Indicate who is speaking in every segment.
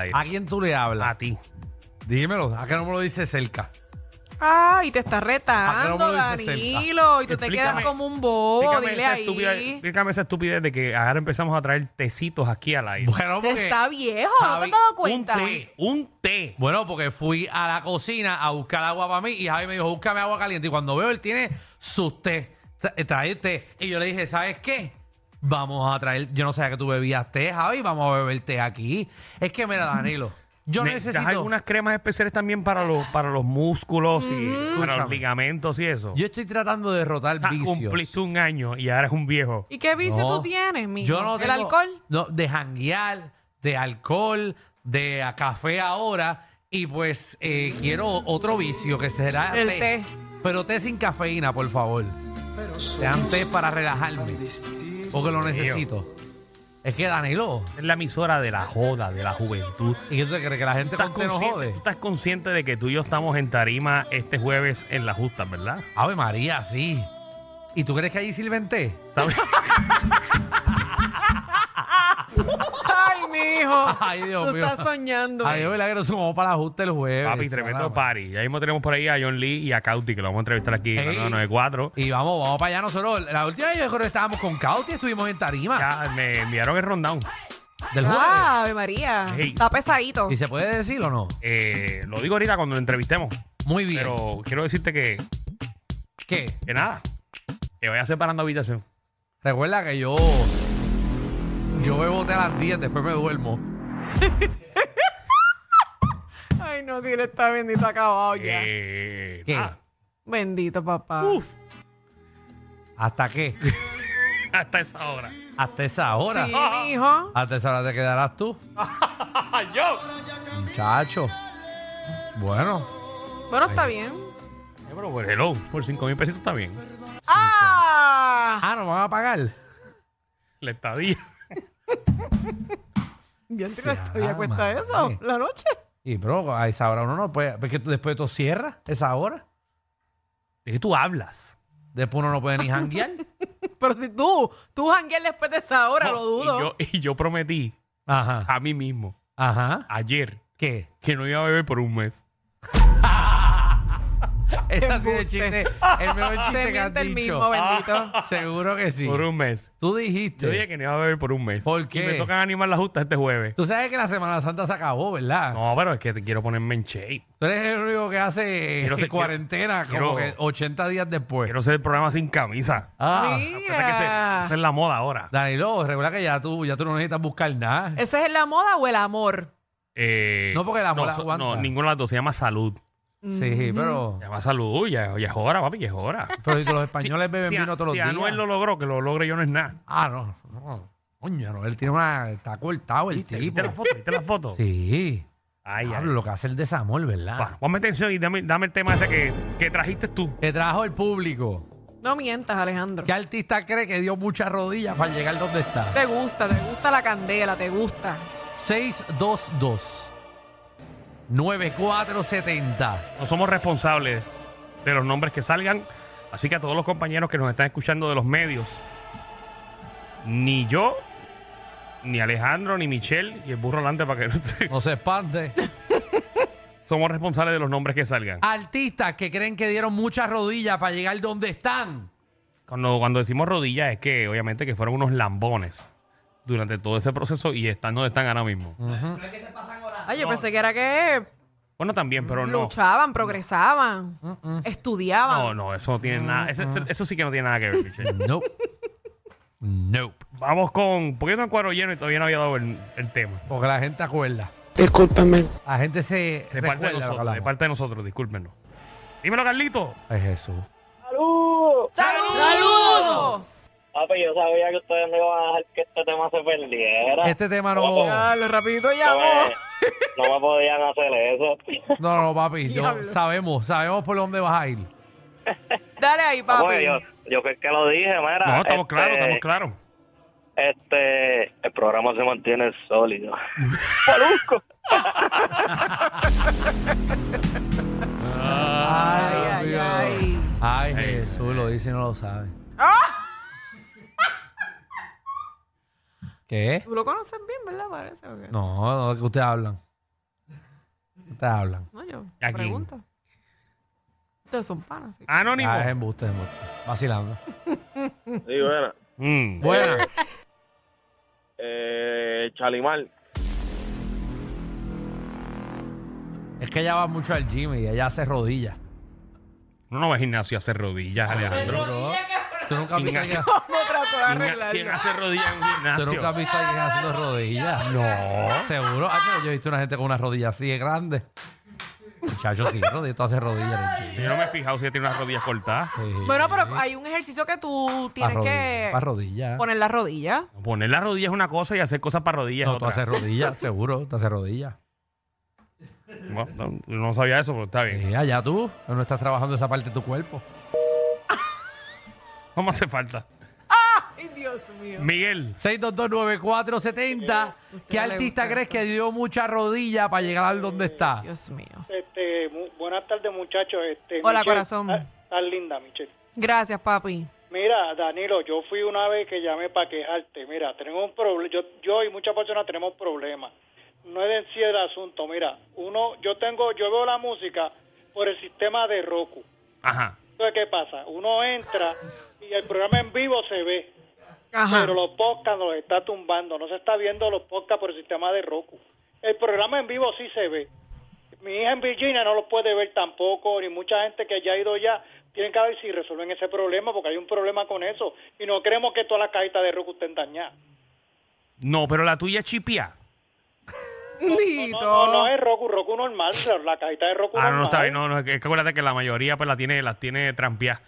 Speaker 1: aire.
Speaker 2: ¿A quién tú le hablas?
Speaker 1: A ti.
Speaker 2: Dímelo, ¿a qué no me lo dices cerca?
Speaker 3: Ay, Ah, te
Speaker 2: ¿A
Speaker 3: estás
Speaker 2: qué no
Speaker 3: retando,
Speaker 2: me lo dices
Speaker 3: Danilo, y tú te
Speaker 1: Explícame-
Speaker 3: quedas como un
Speaker 2: Oh,
Speaker 3: bobo,
Speaker 1: explícame
Speaker 3: dile
Speaker 1: esa estupidez-
Speaker 3: ahí.
Speaker 1: Explícame esa estupidez de que ahora empezamos a traer tecitos aquí al aire.
Speaker 2: Bueno, porque,
Speaker 3: Está viejo, ¿no te
Speaker 2: Javi,
Speaker 3: has dado
Speaker 1: un
Speaker 3: cuenta?
Speaker 1: té, un té.
Speaker 2: bueno, porque fui a la cocina a buscar agua para mí y Javi me dijo, búscame agua caliente. Y cuando veo, él tiene sus té, tra- trae té. Y yo le dije, ¿sabes qué? Vamos a traer, yo no sabía que tú bebías té, Javi, vamos a beber té aquí. Es que mira, Danilo, yo
Speaker 1: Necesitas
Speaker 2: necesito...
Speaker 1: algunas cremas especiales también para los, para los músculos y para los
Speaker 2: Mm. Escúchame.
Speaker 1: ligamentos y eso.
Speaker 2: Yo estoy tratando de derrotar
Speaker 1: Ah,
Speaker 2: vicios.
Speaker 1: cumpliste un año y ahora es un viejo.
Speaker 3: ¿Y qué vicio
Speaker 2: No.
Speaker 3: tú tienes, mijo?
Speaker 2: Yo no
Speaker 3: ¿El
Speaker 2: tengo-
Speaker 3: alcohol?
Speaker 2: No, de janguear, de alcohol, de a café ahora. Y pues eh, quiero otro vicio que será
Speaker 3: El té.
Speaker 2: Pero té sin cafeína, por favor. Sean té para relajarme. Porque lo necesito. Es que Danilo,
Speaker 1: Es la emisora de la joda, de la juventud.
Speaker 2: ¿y qué tú te crees que la gente
Speaker 1: ¿Estás
Speaker 2: con té no
Speaker 1: consciente,
Speaker 2: jode?
Speaker 1: tú estás consciente de que tú y yo estamos en tarima este jueves en la justa, ¿verdad?
Speaker 2: Ave María, sí. ¿Y tú crees que allí sirven té?
Speaker 1: ¿Sabes?
Speaker 3: Ay, mijo.
Speaker 2: Ay, Dios
Speaker 3: tú
Speaker 2: mío.
Speaker 3: estás soñando.
Speaker 2: Ay, es verdad que nos sumamos para la justa el jueves.
Speaker 1: Papi, tremendo
Speaker 2: Nada más.
Speaker 1: party. Ya mismo tenemos por ahí a John Lee y a Cauti, que lo vamos a entrevistar aquí en
Speaker 2: Ey.
Speaker 1: la 994.
Speaker 2: Y vamos, vamos para allá nosotros. La última vez yo creo que estábamos con Cauti, estuvimos en tarima
Speaker 1: Ya me enviaron el rundown.
Speaker 2: del jueves.
Speaker 3: Ah, Ave María.
Speaker 1: Ey.
Speaker 3: Está pesadito.
Speaker 2: ¿Y se puede decir o no?
Speaker 1: Eh, lo digo ahorita cuando lo entrevistemos.
Speaker 2: Muy bien.
Speaker 1: Pero quiero decirte que,
Speaker 2: ¿Qué?
Speaker 1: que nada, que vaya separando habitación.
Speaker 2: Recuerda que yo. Yo bebo té a las 10, después me duermo.
Speaker 3: Ay, no, si él está bendito acabado ya.
Speaker 1: Eh,
Speaker 2: ¿Qué?
Speaker 1: nada.
Speaker 3: Bendito, papá.
Speaker 1: Uf,
Speaker 2: ¿Hasta qué?
Speaker 1: hasta esa hora.
Speaker 2: Hasta esa hora.
Speaker 3: sí, mijo.
Speaker 2: Hasta esa hora te quedarás tú,
Speaker 1: Yo.
Speaker 2: muchacho. Bueno.
Speaker 3: Bueno, está bien.
Speaker 1: Eh, pero por hello, por 5 mil pesitos está bien.
Speaker 3: ¡Ah!
Speaker 2: Ah, ¿nos van a pagar?
Speaker 1: La estadía.
Speaker 3: Ya te
Speaker 2: Se
Speaker 3: cuesta,
Speaker 2: arama,
Speaker 3: cuesta eso,
Speaker 2: sí.
Speaker 3: la noche.
Speaker 2: Y, bro, a esa hora uno no puede. Porque tú- después tú cierras esa hora.
Speaker 1: ¿De qué tú hablas?
Speaker 2: Después uno no puede ni janguear.
Speaker 3: Pero si tú, tú jangueas después de esa hora,
Speaker 1: No,
Speaker 3: lo dudo.
Speaker 1: Y yo, y yo prometí
Speaker 2: Ajá.
Speaker 1: a mí mismo,
Speaker 2: Ajá.
Speaker 1: ayer,
Speaker 2: ¿Qué?
Speaker 1: que no iba a beber por un mes.
Speaker 2: Ese ha sido el
Speaker 3: Embuste.
Speaker 2: chiste. El mejor chiste
Speaker 3: Se
Speaker 2: que has
Speaker 3: miente el
Speaker 2: dicho.
Speaker 3: mismo, bendito.
Speaker 2: Seguro que sí.
Speaker 1: Por un mes.
Speaker 2: Tú
Speaker 1: Yo dije
Speaker 2: dijiste.
Speaker 1: que no iba a beber por un mes.
Speaker 2: ¿Por
Speaker 1: Y
Speaker 2: qué?
Speaker 1: me tocan animar las justas este jueves.
Speaker 2: Tú sabes que la Semana Santa se acabó, ¿verdad?
Speaker 1: No, pero es que te quiero ponerme en shape.
Speaker 2: Tú eres el único que hace
Speaker 1: Quiero ser-
Speaker 2: cuarentena
Speaker 1: quiero-
Speaker 2: como que 80 días después.
Speaker 1: Quiero hacer el programa sin camisa.
Speaker 2: Ah,
Speaker 1: Acuérdate que se-
Speaker 3: Mira.
Speaker 1: esa es la moda ahora.
Speaker 2: Danilo, recuerda que ya tú, ya tú no necesitas buscar nada.
Speaker 3: ¿Esa es la moda o el amor?
Speaker 1: Eh,
Speaker 2: No, porque la moda
Speaker 1: so-
Speaker 2: aguanta.
Speaker 1: No, ninguna de las dos. Se llama salud.
Speaker 2: Sí, pero,
Speaker 1: Se llama salud. Ya, ya es hora, papi, ya es hora.
Speaker 2: pero si los españoles beben
Speaker 1: si, a-
Speaker 2: vino todos
Speaker 1: si
Speaker 2: los días.
Speaker 1: Anuel lo logró, que lo logre yo no es nada.
Speaker 2: Ah, no, no. Coño, no, él tiene una. Está cortado el
Speaker 1: ¿Viste,
Speaker 2: tipo.
Speaker 1: ¿Viste la foto? ¿Viste la foto?
Speaker 2: Sí.
Speaker 1: Ay, ay.
Speaker 2: Pablo, lo que hace el desamor, ¿verdad?
Speaker 1: Bueno, ponme atención y dame, dame el tema ese que, que trajiste tú.
Speaker 2: Que trajo el público.
Speaker 3: No mientas, Alejandro.
Speaker 2: ¿Qué artista cree que dio muchas rodillas para llegar donde está?
Speaker 3: Te gusta, te gusta la candela, te gusta.
Speaker 2: 622 9470.
Speaker 1: No somos responsables de los nombres que salgan. Así que a todos los compañeros que nos están escuchando de los medios, ni yo, ni Alejandro, ni Michelle, y el burro adelante para que no se-
Speaker 2: No se espante.
Speaker 1: somos responsables de los nombres que salgan.
Speaker 2: Artistas que creen que dieron muchas rodillas para llegar donde están.
Speaker 1: Cuando, cuando decimos rodillas es que obviamente que fueron unos lambones durante todo ese proceso y están donde están ahora mismo.
Speaker 2: Mm.
Speaker 3: Ay, yo pensé que era que
Speaker 1: Bueno, también, pero no.
Speaker 3: luchaban, progresaban, estudiaban.
Speaker 1: No, no, eso no tiene
Speaker 2: Mm,
Speaker 1: nada. Eso, eso- eso sí que no tiene nada que ver, Michelle.
Speaker 2: Nope. nope.
Speaker 1: Vamos con. ¿Por qué no cuadro lleno y todavía no había dado el, el tema?
Speaker 2: Porque la gente acuerda.
Speaker 4: Discúlpame.
Speaker 2: La gente se.
Speaker 1: De parte de
Speaker 2: recuerda lo que
Speaker 1: nosotros,
Speaker 2: hablamos.
Speaker 1: de parte de nosotros, discúlpenos. Dímelo, Carlito.
Speaker 2: Ay, Jesús.
Speaker 3: ¡Salud! ¡Saludos!
Speaker 5: Papi, yo sabía que ustedes no iban a dejar que este tema se perdiera.
Speaker 3: Eh,
Speaker 2: Este tema
Speaker 1: Oh.
Speaker 2: no.
Speaker 3: Ya, lo rapidito
Speaker 5: no,
Speaker 3: llamó.
Speaker 5: me, no me podían hacer eso.
Speaker 2: No, no, papi. yo-
Speaker 3: Diablo.
Speaker 2: sabemos, sabemos por dónde vas a ir.
Speaker 3: Dale ahí,
Speaker 6: Pues,
Speaker 5: Bueno,
Speaker 3: papi.
Speaker 5: yo, yo fui el que lo dije, mira.
Speaker 1: No, estamos
Speaker 5: este,
Speaker 1: claros, estamos claros.
Speaker 5: Este, el programa se mantiene sólido.
Speaker 2: Ay,
Speaker 3: ay,
Speaker 2: Dios
Speaker 3: ay. Ah.
Speaker 2: mío. Ay,
Speaker 1: Ay.
Speaker 2: Jesús, lo dice y no lo sabe. ¿Qué?
Speaker 3: Tú lo conoces bien, ¿verdad? Parece. ¿o qué?
Speaker 2: No, no, que ustedes hablan. Te hablan.
Speaker 3: No, yo
Speaker 1: ¿A quién?
Speaker 3: pregunto. Ustedes son panas. así que-
Speaker 1: Anónimo.
Speaker 2: Ah, es embuste, es embuste. Vacilando.
Speaker 5: Sí, bueno.
Speaker 1: Mm.
Speaker 2: Buena.
Speaker 5: Eh, Chalimar.
Speaker 2: Es que ella va mucho al gym y ella hace rodillas.
Speaker 1: Uno no va al gimnasio a hacer rodillas, Alejandro.
Speaker 2: Tú nunca has visto a alguien,
Speaker 3: ¿Cómo trató de
Speaker 1: ¿Quién ha- ¿Quién
Speaker 3: arreglarlo?
Speaker 1: hace rodillas en un
Speaker 2: tú nunca has
Speaker 1: gimnasio?
Speaker 2: visto a alguien haciendo rodillas. No. Seguro. Ah, yo he visto una gente con una rodilla así de grande. Muchacho, sí, rodillas, tú haces rodillas en el gym.
Speaker 1: Yo no me he fijado si ella tiene unas rodillas cortadas.
Speaker 2: Sí.
Speaker 3: Bueno, pero hay un ejercicio que tú tienes que
Speaker 2: Para rodillas.
Speaker 3: poner la rodilla.
Speaker 1: Poner las rodillas es una cosa y hacer cosas para rodillas
Speaker 2: No,
Speaker 1: es
Speaker 2: tú
Speaker 1: otra.
Speaker 2: haces rodillas, seguro. Tú haces rodillas.
Speaker 1: No, no, no sabía eso, pero está bien.
Speaker 2: Eh, allá tú no estás trabajando esa parte de tu cuerpo.
Speaker 1: ¿Cómo hace falta?
Speaker 3: Ay, Dios mío.
Speaker 1: Miguel.
Speaker 2: 6229470. ¿Qué
Speaker 3: le
Speaker 2: artista
Speaker 3: gusta
Speaker 2: crees que dio mucha rodilla para llegar al donde está?
Speaker 3: Dios mío.
Speaker 4: Este, mu- buenas tardes, muchachos. Este,
Speaker 3: Hola, corazón.
Speaker 4: Estás estás linda, Michelle.
Speaker 3: Gracias, papi.
Speaker 4: Mira, Danilo, yo fui una vez que llamé para quejarte. Mira, tenemos un problema. Yo, yo y muchas personas tenemos problemas. No es en sí el asunto. Mira, uno, yo tengo, yo veo la música por el sistema de Roku.
Speaker 1: Ajá.
Speaker 4: Entonces, ¿qué pasa? Uno entra y el programa en vivo se ve,
Speaker 3: Ajá.
Speaker 4: pero los podcasts los está tumbando. No se está viendo los podcasts por el sistema de Roku. El programa en vivo sí se ve. Mi hija en Virginia no lo puede ver tampoco, ni mucha gente que haya ha ido ya. Tienen que ver si resuelven ese problema, porque hay un problema con eso. Y no queremos que todas las cajitas de Roku estén dañadas.
Speaker 1: No, pero la tuya es chipia.
Speaker 4: No,
Speaker 3: Dito.
Speaker 4: no, no es Roku, Roku normal, pero la cajita de Roku
Speaker 1: Ah, no,
Speaker 4: normal.
Speaker 1: no está bien. No, no, es que acuérdate que la mayoría pues la tiene, las tiene trampeadas.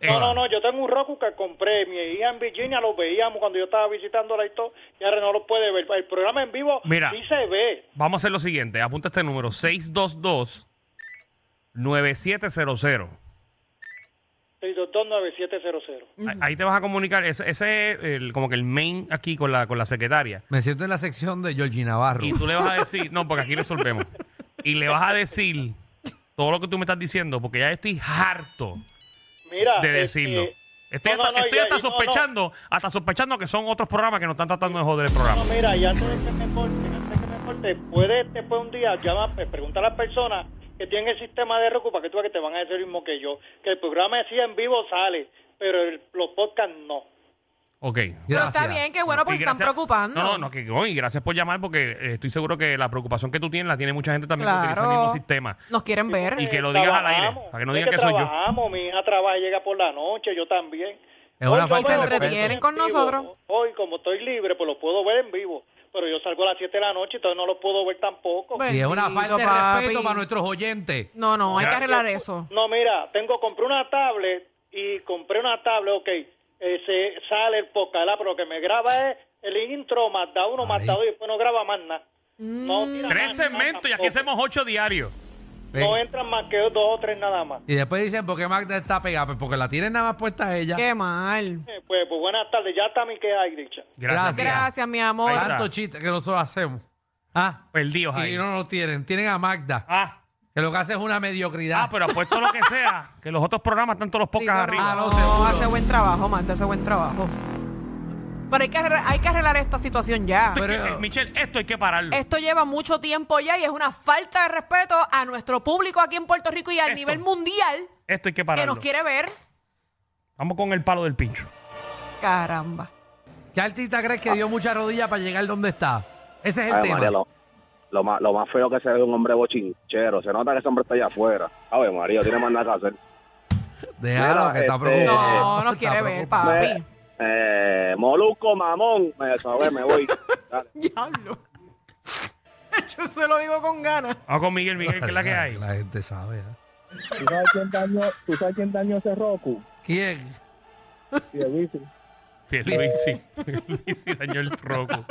Speaker 1: Eh,
Speaker 4: No, no, no, yo tengo un Roku que compré, mi hija en Virginia lo veíamos cuando yo estaba visitándola y todo, y ahora no lo puede ver. El programa en vivo
Speaker 1: Mira.
Speaker 4: sí se ve.
Speaker 1: Vamos a hacer lo siguiente. Apunta este número. 622-9700.
Speaker 4: 6229700.
Speaker 1: Ahí- Ahí te vas a comunicar. Ese, ese es el- como que el main aquí con la, con la secretaria.
Speaker 2: Me siento en la sección de Georgina Navarro.
Speaker 1: Y tú le vas a decir, no, porque aquí resolvemos. Y le vas a decir todo lo que tú me estás diciendo, porque ya estoy harto
Speaker 4: Mira,
Speaker 1: de
Speaker 4: este,
Speaker 1: decirlo. Estoy,
Speaker 4: no,
Speaker 1: hasta,
Speaker 4: no, no,
Speaker 1: estoy
Speaker 4: ya-
Speaker 1: hasta
Speaker 4: y no, no.
Speaker 1: sospechando, hasta sospechando que son otros programas que nos están tratando de joder el
Speaker 4: No,
Speaker 1: programa.
Speaker 4: mira, y antes de que me corte, antes de este que me corte, puedes después un día llama, pre- pregunta a las personas que tienen el sistema de Roku para que tú veas que te van a decir lo mismo que yo, que el programa así en vivo sale, pero el- los podcasts no.
Speaker 1: Ok.
Speaker 3: Pero está
Speaker 2: Gracias.
Speaker 3: bien, qué bueno,
Speaker 1: Y
Speaker 3: pues están
Speaker 1: gracias-
Speaker 3: preocupando.
Speaker 1: No, no, no, que no, y gracias por llamar porque eh, estoy seguro que la preocupación que tú tienes la tiene mucha gente también que utiliza el mismo
Speaker 3: Claro.
Speaker 1: sistema.
Speaker 3: Nos quieren ver.
Speaker 1: Y que lo
Speaker 4: Eh,
Speaker 1: digas al
Speaker 4: trabajamos,
Speaker 1: aire, para que no
Speaker 4: es
Speaker 1: digan que soy yo.
Speaker 4: trabajamos, mi hija trabaja y llega por la noche, yo también.
Speaker 2: Es una
Speaker 4: yo
Speaker 2: falta
Speaker 4: veo
Speaker 2: de respeto.
Speaker 4: los podcasts
Speaker 3: Entretienen
Speaker 4: en
Speaker 3: con
Speaker 4: vivo.
Speaker 3: nosotros.
Speaker 4: Hoy, como estoy libre, pues lo puedo ver en vivo, pero yo salgo a las 7 de la noche, entonces no lo puedo ver tampoco.
Speaker 3: Bueno.
Speaker 2: Y es una falta de
Speaker 3: Bendito, papi.
Speaker 2: respeto para nuestros oyentes.
Speaker 3: No, no, hay
Speaker 1: Ya.
Speaker 3: que arreglar eso.
Speaker 4: No, mira, tengo, compré una tablet y compré una tablet, ok, eh, se sale el podcast, ¿verdad? pero lo que me graba es el intro, más da uno, más
Speaker 2: Ay. Mm.
Speaker 4: da dos, y después no graba más nada. No tira
Speaker 1: Tres
Speaker 4: más nada
Speaker 1: segmentos y aquí
Speaker 4: tampoco.
Speaker 1: hacemos ocho diarios.
Speaker 2: Ven.
Speaker 4: No entran más que dos o tres nada más.
Speaker 2: Y después dicen, ¿por qué Magda está pegada? Pues porque la tienen nada más puesta ella.
Speaker 3: Qué mal.
Speaker 4: Eh, Pues, pues buenas tardes, ya está mi queja ahí dicha.
Speaker 1: Gracias.
Speaker 2: Gracias.
Speaker 3: Gracias, mi amor.
Speaker 1: Ahí está.
Speaker 2: Tanto chiste que nosotros hacemos. Ah,
Speaker 1: Perdidos ahí.
Speaker 2: y no lo tienen. Tienen a Magda,
Speaker 1: Ah,
Speaker 2: que lo que hace es una mediocridad.
Speaker 1: ah, pero apuesto lo que sea, que los otros programas están todos los
Speaker 3: Digo,
Speaker 1: podcasts arriba.
Speaker 2: Ah, no,
Speaker 3: no,
Speaker 2: seguro.
Speaker 3: hace buen trabajo, Marta, hace buen trabajo. Pero hay que, arreglar, hay que arreglar esta situación ya.
Speaker 1: Esto hay que-
Speaker 2: pero-
Speaker 1: eh, Michelle, esto hay que pararlo.
Speaker 3: Esto lleva mucho tiempo ya y es una falta de respeto a nuestro público aquí en Puerto Rico y al
Speaker 1: Esto.
Speaker 3: nivel mundial
Speaker 1: Esto hay que
Speaker 3: que
Speaker 1: pararlo.
Speaker 3: nos quiere ver.
Speaker 1: Vamos con el palo del pincho.
Speaker 3: Caramba.
Speaker 2: ¿Qué artista crees que dio
Speaker 1: Ah.
Speaker 2: mucha rodilla para llegar donde está? Ese es el
Speaker 6: Ay,
Speaker 2: tema.
Speaker 6: María, lo, lo más, lo más feo que se ve un hombre bochinchero. Se nota que ese hombre está allá afuera. A ver, María, tiene más nada que hacer.
Speaker 2: Déjalo,
Speaker 6: Mira,
Speaker 2: que está
Speaker 6: este-
Speaker 2: preocupado.
Speaker 3: No, nos
Speaker 2: Está
Speaker 3: quiere ver,
Speaker 2: preocupado.
Speaker 3: papi.
Speaker 6: Me- eh, Molusco, mamón. Me, a ver, me voy. Dale.
Speaker 3: Diablo. Yo se lo digo con ganas.
Speaker 1: Vamos con Miguel, Miguel, que es la que hay.
Speaker 2: La gente sabe. ¿eh?
Speaker 7: ¿Tú sabes quién dañó, tú sabes quién dañó ese Roku?
Speaker 2: ¿Quién?
Speaker 7: Pierluisi.
Speaker 1: Pierluisi. Pierluisi dañó el troco.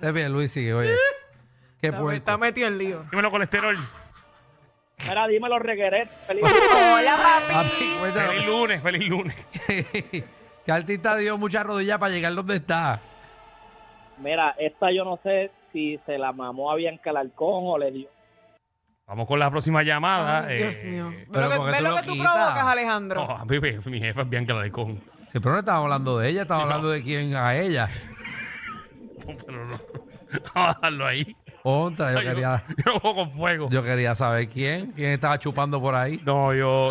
Speaker 2: Es bien, Luis, sigue, oye. Qué
Speaker 3: Está, está
Speaker 2: puerco.
Speaker 3: metido en lío.
Speaker 1: Dímelo, colesterol.
Speaker 5: Mira, dime los regueretes.
Speaker 3: Hola,
Speaker 2: Papi,
Speaker 3: papi.
Speaker 2: cuéntame.
Speaker 1: Feliz lunes, feliz lunes.
Speaker 2: ¿Qué artista dio mucha rodilla para llegar donde está?
Speaker 5: Mira, esta yo no sé si se la mamó a Bianca Larcón o le dio.
Speaker 1: Vamos con la próxima llamada.
Speaker 3: Ay, Dios
Speaker 1: eh,
Speaker 3: mío. Ve
Speaker 2: pero
Speaker 3: lo que,
Speaker 2: ¿por qué
Speaker 3: ve
Speaker 2: tú
Speaker 3: lo
Speaker 2: lo
Speaker 3: que tú
Speaker 2: quitas?
Speaker 3: provocas, Alejandro.
Speaker 1: no, mi, mi jefa es Bianca Larcón.
Speaker 2: Sí, pero no estamos hablando de ella, estamos
Speaker 1: Sí, no.
Speaker 2: hablando de quién a ella.
Speaker 1: Pero no. Vamos a dejarlo ahí.
Speaker 2: Contra, yo
Speaker 1: Ay, yo,
Speaker 2: quería,
Speaker 1: yo no juego con fuego.
Speaker 2: yo quería saber quién, quién estaba chupando por ahí.
Speaker 1: No, yo.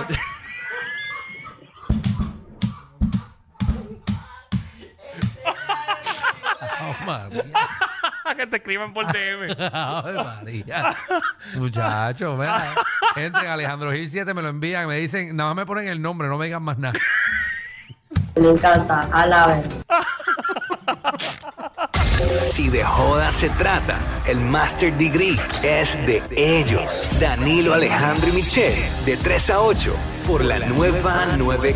Speaker 2: Ave Oh, María.
Speaker 1: que te escriban por DM.
Speaker 2: Ave María. Muchachos, mira. Entren a Alejandro Gil 7, me lo envían, me dicen, nada más me ponen el nombre, no me digan más nada.
Speaker 8: Me encanta, alaben.
Speaker 9: Si de joda se trata, el Master Degree es de ellos. Danilo Alejandro y Michelle, de 3 a 8, por la nueva 9.